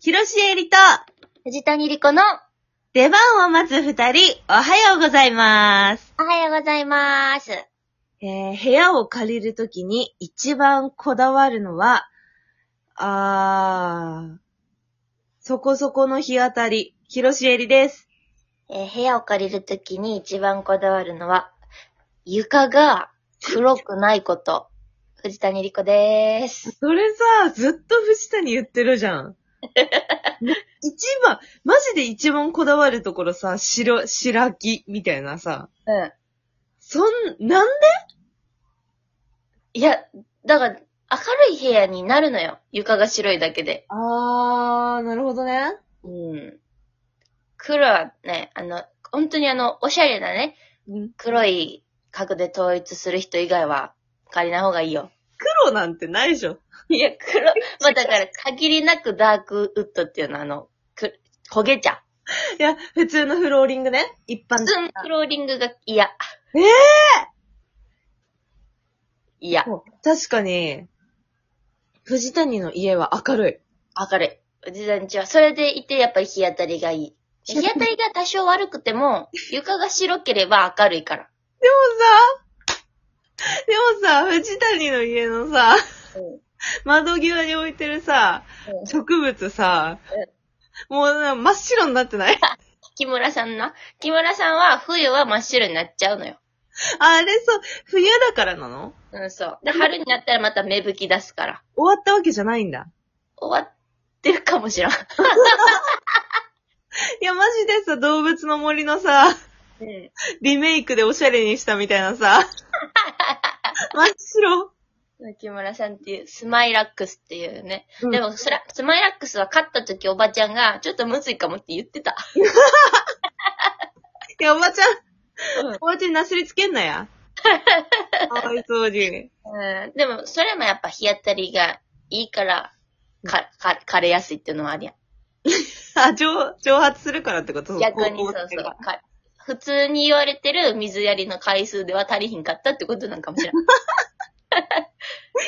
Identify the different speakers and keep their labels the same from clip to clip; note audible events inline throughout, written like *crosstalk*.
Speaker 1: 広ロえりと、
Speaker 2: 藤谷莉子の、
Speaker 1: 出番を待つ二人、おはようございます。
Speaker 2: おはようございます。
Speaker 1: えー、部屋を借りるときに一番こだわるのは、あー、そこそこの日当たり、広ロえりです。
Speaker 2: えー部屋を借りるときに一番こだわるのは、床が黒くないこと。藤谷莉子でーす。
Speaker 1: それさ、ずっと藤谷言ってるじゃ *laughs* ん。ね一番、マジで一番こだわるところさ、白、白木みたいなさ、
Speaker 2: うん。
Speaker 1: そん、なん
Speaker 2: いや、だから、明るい部屋になるのよ。床が白いだけで。
Speaker 1: あー、なるほどね。
Speaker 2: うん。黒はね、あの、本当にあの、おしゃれなね、
Speaker 1: うん
Speaker 2: 黒い角で統一する人以外は、借りない方がいいよ。
Speaker 1: 黒なんてないでしょ。
Speaker 2: いや、黒、まあ、だから、限りなくダークウッドっていうのは、あの、く、焦げ茶。
Speaker 1: いや、普通のフローリングね。一般
Speaker 2: 普
Speaker 1: 的
Speaker 2: 通のフローリングが嫌。
Speaker 1: えー
Speaker 2: 嫌。
Speaker 1: 確かに、藤谷の家は明るい。
Speaker 2: 明るい。おじさんちは、それでいて、やっぱり日当たりがいい。日当たりが多少悪くても、床が白ければ明るいから。
Speaker 1: でもさ、藤谷の家のさ、
Speaker 2: うん。
Speaker 1: 窓際に置いてるさ、植物さ、もうな真っ白になって
Speaker 2: *laughs*
Speaker 1: ない
Speaker 2: 木村さんな。木村さんは、冬は真っ白になっちゃうのよ。
Speaker 1: あれそう、冬だからなの
Speaker 2: うん、そう。で、春になったらまた芽吹き出すから。
Speaker 1: 終わったわけじゃないんだ。
Speaker 2: 終わってるかもしれん。
Speaker 1: いや、マジでさ、動物の森のさ、
Speaker 2: うん。
Speaker 1: リメイクでおしゃれにしたみたいなさ、
Speaker 2: *laughs*
Speaker 1: 真っ白。
Speaker 2: 木村さんっていう、スマイラックスっていうね。
Speaker 1: うん
Speaker 2: でもそら、スマイラックスは勝った時おばちゃんが、ちょっとむずいかもって言ってた。
Speaker 1: いや、おばちゃん、
Speaker 2: うん
Speaker 1: おばちゃんになすりつけんなや。かわいそうに。
Speaker 2: うん。でも、それもやっぱ日当たりがいいから、か、か、枯れやすいっていうのもあるやん。
Speaker 1: あ、蒸、蒸発するからってこと
Speaker 2: 逆に
Speaker 1: 高
Speaker 2: そう
Speaker 1: 校生
Speaker 2: そう
Speaker 1: が。
Speaker 2: か普通に言われてる水やりの回数では足りひんかったってことなんかもしれない。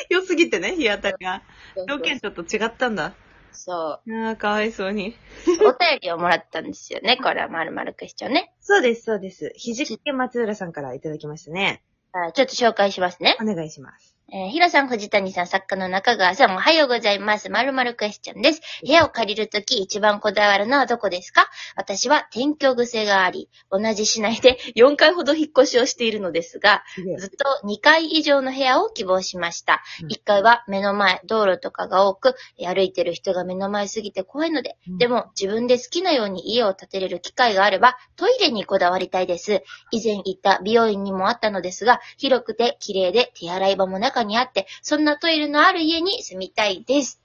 Speaker 1: 良すぎてね、日当たりが。
Speaker 2: そ
Speaker 1: *laughs*
Speaker 2: う
Speaker 1: 条件ちょっと違ったんだ。
Speaker 2: そ
Speaker 1: ああ、かわいそうに。
Speaker 2: う。お便りをもらったんですよね。これは丸々クエスチョンね。
Speaker 1: そうです、そうです。ひじきけ松浦さんからいただきましたね。
Speaker 2: あちょっと紹介しますね。
Speaker 1: お願いします。
Speaker 2: えーひろさん、藤谷さん、作家の中川さん、おはようございます。まるまるクエスチョンです。部屋を借りるとき、一番こだわるのはどこですか私は転居癖があり、同じ市内で4回ほ *laughs* ど引っ越しをしているのですが、ずっと2階以上の部屋を希望しました
Speaker 1: うん。
Speaker 2: 1階は目の前、道路とかが多く、歩いてる人が目の前すぎて怖いので、
Speaker 1: うん
Speaker 2: でも自分で好きなように家を建てれる機会があれば、トイレにこだわりたいです。以前行った美容院にもあったのですが、広くて綺麗で手洗い場も中にあって、そんなトイレのある家に住みたいです。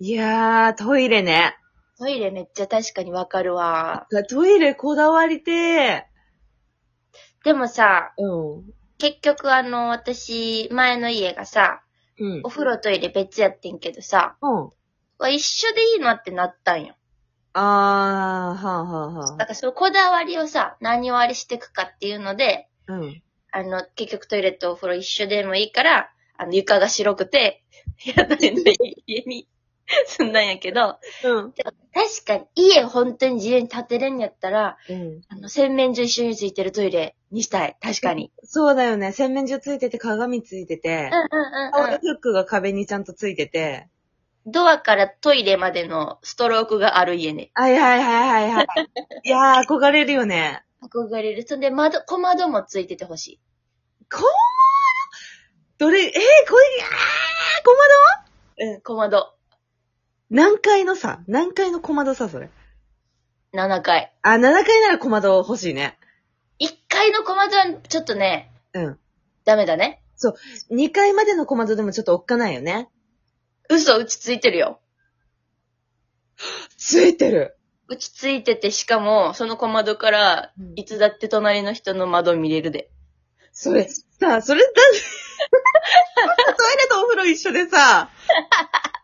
Speaker 1: いやー、トイレね。
Speaker 2: トイレめっちゃ確かにわかるわ。
Speaker 1: トイレこだわりて
Speaker 2: でもさ、
Speaker 1: ー。うん。
Speaker 2: 結局あの、私、前の家がさ、
Speaker 1: うん
Speaker 2: お。風呂トイレ別やってんけどさ、
Speaker 1: うん。
Speaker 2: わ一緒でいいなってなったんよ。
Speaker 1: あー、はあ、はあ、は
Speaker 2: だからそのこだわりをさ、何をあれしていくかっていうので、
Speaker 1: あ。うん。
Speaker 2: あの、結局トイレとお風呂一緒でもいいから、あの、床が白くて、 *laughs* 部屋取りの家に住んだんやけど、
Speaker 1: うん。
Speaker 2: 確かに家本当に自由に建てれんやったら、
Speaker 1: うん。
Speaker 2: あの、洗面所一緒についてるトイレにしたい。確かに。
Speaker 1: そうだよね。洗面所ついてて、鏡ついてて
Speaker 2: うん、うん
Speaker 1: タ
Speaker 2: う
Speaker 1: オ
Speaker 2: ん
Speaker 1: ルフックが壁にちゃんとついてて。
Speaker 2: うん。ドアからトイレまでのストロークがある家ね。
Speaker 1: はいはいはいはいはい。 *laughs* いやー、憧れるよね。
Speaker 2: 憧れる。そんで窓、小窓もついててほしい。
Speaker 1: こう、どれ、えー、これ、あー、小窓
Speaker 2: うん、小窓。
Speaker 1: 何階のさ、何階の小窓さ、それ。
Speaker 2: 7階。
Speaker 1: あ、7階なら小窓欲しいね。
Speaker 2: 1階の小窓はちょっとね、
Speaker 1: うん。
Speaker 2: ダメだね。
Speaker 1: 2階までの小窓でもちょっとおっかないよね。
Speaker 2: 嘘、うちついてるよ。
Speaker 1: ついてる。
Speaker 2: うちついてて、しかも、その小窓から
Speaker 1: うん、
Speaker 2: いつだって隣の人の窓見れるで。
Speaker 1: それ、さ、それ、だって、 *laughs* トイレとお風呂一緒でさ、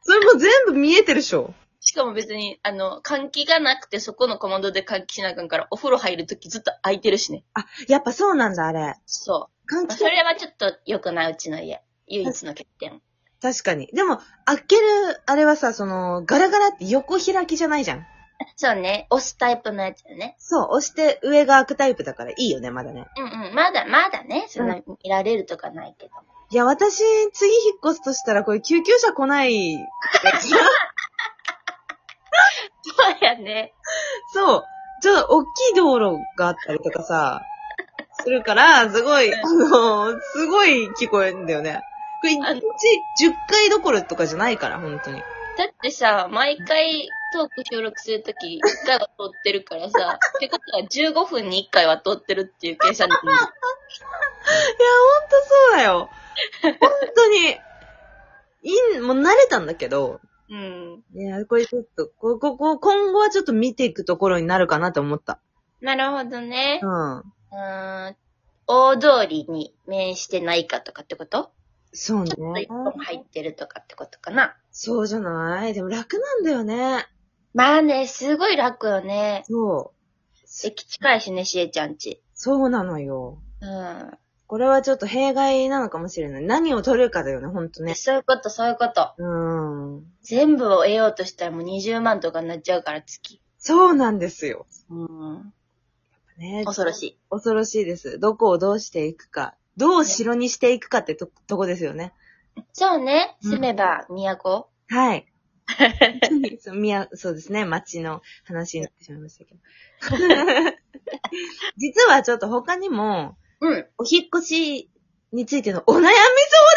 Speaker 1: それもう全部見えてるでしょ。
Speaker 2: しかも別に、あの、換気がなくて、そこの小窓で換気しなあかんから、お風呂入るときずっと空いてるしね。
Speaker 1: あ、やっぱそうなんだ、あれ。
Speaker 2: そ
Speaker 1: 換
Speaker 2: う。
Speaker 1: 気
Speaker 2: それはちょっと良くない、うちの家。唯一の欠点。
Speaker 1: 確かに。でも、開ける、あれはさ、その、ガラガラって横開きじゃないじゃん。
Speaker 2: *laughs* そうね。押すタイプのやつよね。
Speaker 1: そう、押して上が開くタイプだからいいよね、まだね。
Speaker 2: うんうん。まだ、まだね。そんな、見られるとかないけど。
Speaker 1: いや、私、次引っ越すとしたら、これ救急車来ない。
Speaker 2: そうやね。
Speaker 1: そう。ちょっと大きい道路があったりとか
Speaker 2: *laughs*
Speaker 1: さ、するから、すごい、あのーすごい聞こえるんだよね。これ、1
Speaker 2: あの
Speaker 1: 日10回どころとかじゃないから、本当に。
Speaker 2: だってさ、毎回トーク収録するとき、1回は撮ってるからさ、ってことは15分に1回は撮ってるっていう計算で。
Speaker 1: いや、ほんとそうだよ。本当に。いん、もう慣れたんだけど、
Speaker 2: *laughs* うん。
Speaker 1: いや、これちょっと、こ、こ、こ、今後はちょっと見ていくところになるかなと思った。
Speaker 2: なるほどね
Speaker 1: う。ん。
Speaker 2: うーん。大通りに面してないかとかってこと
Speaker 1: そう
Speaker 2: ちょっと
Speaker 1: ね
Speaker 2: 一。本入ってるとかってことかな。
Speaker 1: そうじゃないでも楽なんだよね。
Speaker 2: まあね、すごい楽よね。
Speaker 1: そう。
Speaker 2: 駅近いしね、しえちゃんち。
Speaker 1: そうなのよ。
Speaker 2: うん。
Speaker 1: これはちょっと弊害なのかもしれない。何を取るかだよね、ほんとね。
Speaker 2: そういうこと、そういうこと。
Speaker 1: うん。
Speaker 2: 全部を得ようとしたらもう20万とかになっちゃうから、月。
Speaker 1: そうなんですよ。
Speaker 2: うん。
Speaker 1: ね、
Speaker 2: 恐ろしい。
Speaker 1: 恐ろしいです。どこをどうしていくか。どう城にしていくかってと、とこですよね。
Speaker 2: そうね。
Speaker 1: うん
Speaker 2: 住めば都、 *laughs*
Speaker 1: はい。そうみやそうですね、町の話になってしまいましたけど。 *laughs* 実はちょっと他にも、
Speaker 2: うん、うん。
Speaker 1: お引っ越しについてのお悩み相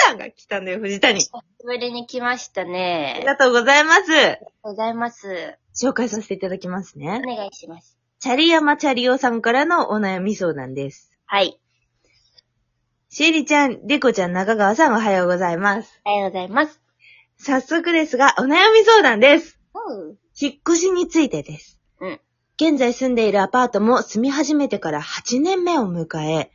Speaker 1: 談が来たんだよ、藤谷。
Speaker 2: 久しぶりに来ました
Speaker 1: あ
Speaker 2: ね
Speaker 1: り。がとうございます。
Speaker 2: ありがとうございます。
Speaker 1: 紹介させていただきます
Speaker 2: お
Speaker 1: ね。
Speaker 2: 願いします。
Speaker 1: チャリヤマチャリオさんからのお悩み相談です。
Speaker 2: はい。
Speaker 1: シエリちゃん、リコちゃん、中川さんおはようございます。
Speaker 2: ありがとうございます。
Speaker 1: 早速ですが、お悩み相談です。
Speaker 2: うん。
Speaker 1: 引っ越しについてです。
Speaker 2: うん
Speaker 1: 現在住んでいるアパートも住み始めてから8年目を迎え、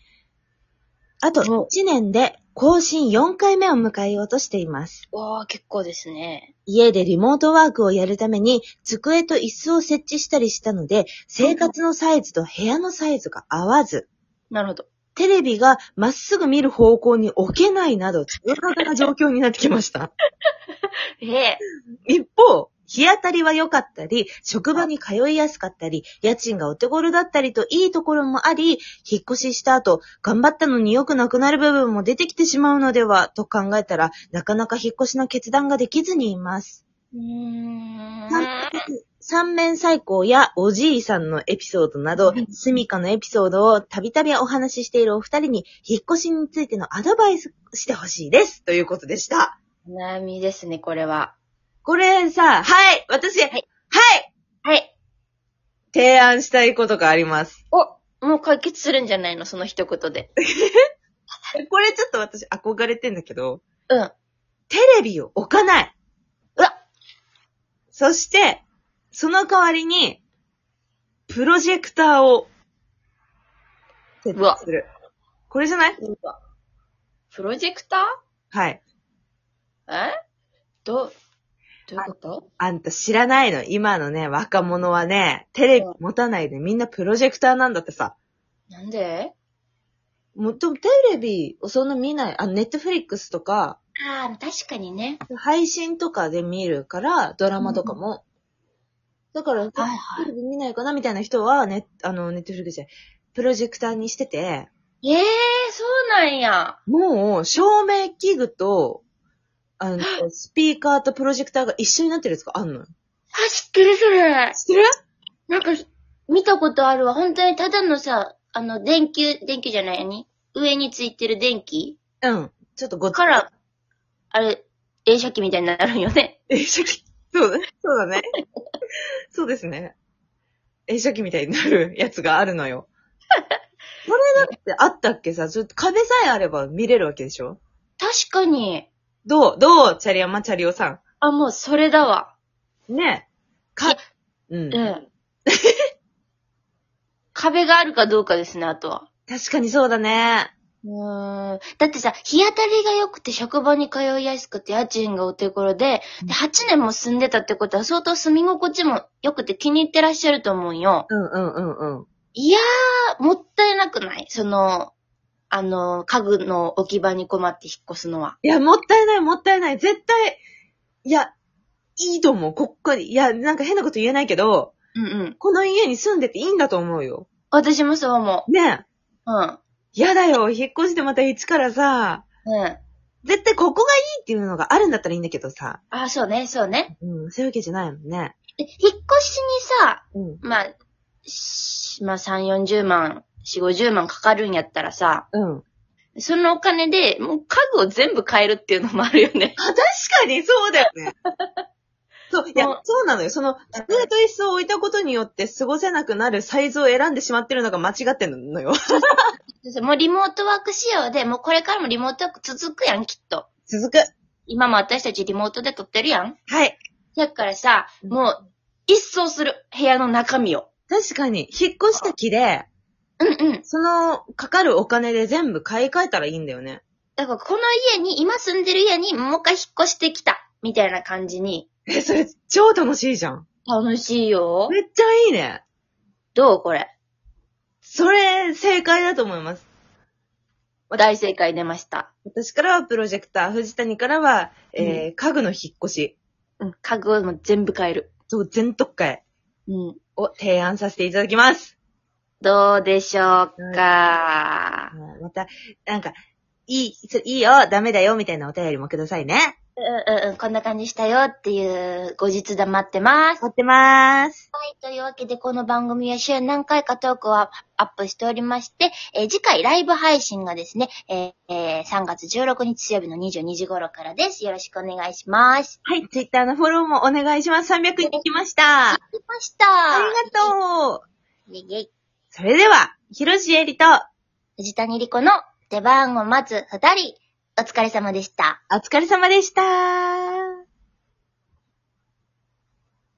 Speaker 1: あと
Speaker 2: お
Speaker 1: 1年で更新4回目を迎えようとしています。
Speaker 2: わあ、結構ですね。
Speaker 1: 家でリモートワークをやるために机と椅子を設置したりしたので、生活のサイズと部屋のサイズが合わず、
Speaker 2: なるほど。
Speaker 1: テレビがまっすぐ見る方向に置けないなど、重要な状況になってきました。
Speaker 2: ええ
Speaker 1: 一方、日当たりは良かったり、職場に通いやすかったり、家賃がお手頃だったりといいところもあり、引っ越しした後、頑張ったのによくなくなる部分も出てきてしまうのでは、と考えたら、なかなか引っ越しの決断ができずにいます。
Speaker 2: うーん。
Speaker 1: 三面最高やおじいさんのエピソードなど、スミカのエピソードをたびたびお話ししているお二人に、引っ越しについてのアドバイスしてほしいです。ということでした。
Speaker 2: お悩みですね、これは。
Speaker 1: これさ、はい私、
Speaker 2: はい
Speaker 1: はい
Speaker 2: はい。
Speaker 1: 提案したいことがあります。
Speaker 2: お、もう解決するんじゃないのその一言で。
Speaker 1: これちょっと私憧れてんだけど、
Speaker 2: うん。あ
Speaker 1: テレビを置かない。
Speaker 2: うわ
Speaker 1: そして、その代わりに、プロジェクターを、設
Speaker 2: うわ
Speaker 1: 置する。これじゃない
Speaker 2: プロジェクタ
Speaker 1: はい。
Speaker 2: ーえどう、どういうこと
Speaker 1: あんた知らないの今のね、若者はね、テレビ持たないでみんなプロジェクターなんだってさ。
Speaker 2: なんで
Speaker 1: もっとテレビをそんな見ない。あ、ネットフリックスとか、
Speaker 2: ああ、確かにね。
Speaker 1: 配信とかで見るから、ドラマとかも。だから、
Speaker 2: はいは
Speaker 1: テレビ見ないかなみたいな人は、ね、あの、ネットフリックスで、プロジェクターにしてて、
Speaker 2: い。ええそうなんや。
Speaker 1: もう、照明器具と、あ *gasps* の、スピーカーとプロジェクターが一緒になってるやつがあんのよ。
Speaker 2: あ、知ってるそれ。
Speaker 1: 知ってる
Speaker 2: なんか、見たことあるわ。本当にただのさ、あの、電球、電球じゃないに上についてる電気
Speaker 1: うん。ちょっとごっ
Speaker 2: から、あれ、映写機みたいになるんよね。
Speaker 1: 映写機。そうだね。そうだね。そうですね。映写機みたいになるやつがあるのよ。これだってあったっけさ、ちょっと壁さえあれば見れるわけでしょ
Speaker 2: 確かに。
Speaker 1: どうどうチャリアマチャリオさ
Speaker 2: あ、もうそれだわ。
Speaker 1: ん。ねか、うん。
Speaker 2: うん。 *laughs* 壁があるかどうかですね、あとは。
Speaker 1: 確かにそうだね。
Speaker 2: うーん。だってさ、日当たりが良くて職場に通いやすくて家賃がお手頃で、で、8年も住んでたってことは相当住み心地も良くて気に入ってらっしゃると思うんよ。
Speaker 1: うんうんうんうん。
Speaker 2: いやー、もったいなくないその、あの、家具の置き場に困って引っ越すのは。
Speaker 1: いや、もったいない、もったいない。絶対、いや、いいと思う、こっかり。いや、なんか変なこと言えないけど、
Speaker 2: うんうん。
Speaker 1: この家に住んでていいんだと思うよ。
Speaker 2: 私もそう思
Speaker 1: ねえ。
Speaker 2: う。うん。
Speaker 1: 嫌だよ、引っ越してまた一からさ、
Speaker 2: うん。
Speaker 1: 絶対ここがいいっていうのがあるんだったらいいんだけどさ。
Speaker 2: あ、そうね、そうね。
Speaker 1: うん、そういうわけじゃないもんね。
Speaker 2: で引っ越しにさ、
Speaker 1: うん。
Speaker 2: まあ、しまあ、3、40万、4、50万かかるんやったらさ、
Speaker 1: うん。
Speaker 2: そのお金で、もう家具を全部買えるっていうのもあるよね。
Speaker 1: あ、確かにそうだよ
Speaker 2: *laughs*
Speaker 1: ね。そう、いや
Speaker 2: もう、
Speaker 1: そうなのよ。その、机と椅子を置いたことによって過ごせなくなるサイズを選んでしまってるのが間違ってんのよ。
Speaker 2: *laughs* そうそうもうリモートワーク仕様で、もうこれからもリモートワーク続くやん、きっと。
Speaker 1: 続く。
Speaker 2: 今も私たちリモートで撮ってるやん。
Speaker 1: はい。
Speaker 2: だからさ、もう、一掃する、部屋の中身を。
Speaker 1: 確かに、引っ越した気で、
Speaker 2: うんうん。
Speaker 1: その、かかるお金で全部買い替えたらいいんだよね。
Speaker 2: だからこの家に、今住んでる家に、もう一回引っ越してきた、みたいな感じに。
Speaker 1: え、それ、超楽しいじゃん。
Speaker 2: 楽しいよ。
Speaker 1: めっちゃいいね。
Speaker 2: どうこれ。
Speaker 1: それ、正解だと思います。
Speaker 2: 大正解出ました。
Speaker 1: 私からはプロジェクター、藤谷からは、えー、家具の引っ越し、
Speaker 2: うん。家具をもう全部買える。
Speaker 1: そう、全特会
Speaker 2: うん。
Speaker 1: を提案させていただきます。
Speaker 2: どうでしょうか。
Speaker 1: はいまた、なんか、いい、そいいよ、ダメだよ、みたいなお便りもくださいね。
Speaker 2: うんうんうん。こんな感じしたよっていう後日談待ってます。
Speaker 1: 待ってまーす。
Speaker 2: はい。というわけで、この番組は週何回かトークをアップしておりまして、えー次回ライブ配信がですね、えーえー3月16日水曜日の22時頃からです。よろしくお願いします。
Speaker 1: はい、ツイッターのフォローもお願いします。300人来ました。あ
Speaker 2: 来ました
Speaker 1: りがとう。
Speaker 2: イェイイェイ
Speaker 1: それでは、ひろしえりと、
Speaker 2: 藤谷莉子の出番を待つ二人、お疲れ様でした。
Speaker 1: お疲れ様でした。